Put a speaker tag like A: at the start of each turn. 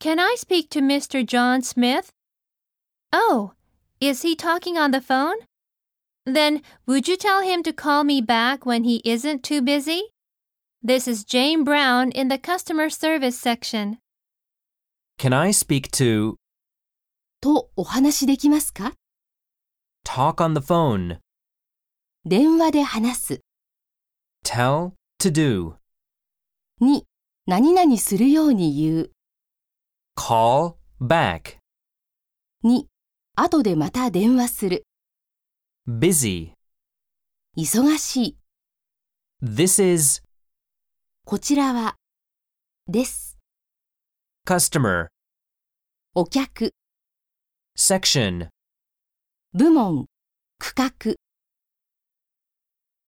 A: Can I speak to Mr. John Smith? Oh, is he talking on the phone? Then would you tell him to call me back when he isn't too busy? This is Jane Brown in the customer service section.
B: Can I speak to
C: とお話しできますか
B: talk on the phone?
C: 電話で話す。
B: Tell to do.
C: 2、何々するように言う。
B: Call back.
C: 2、後でまた電話する。
B: Busy.
C: 忙しい。
B: This is
C: こちらは。です。
B: customer.
C: お客、
B: Section.
C: 部門、区画。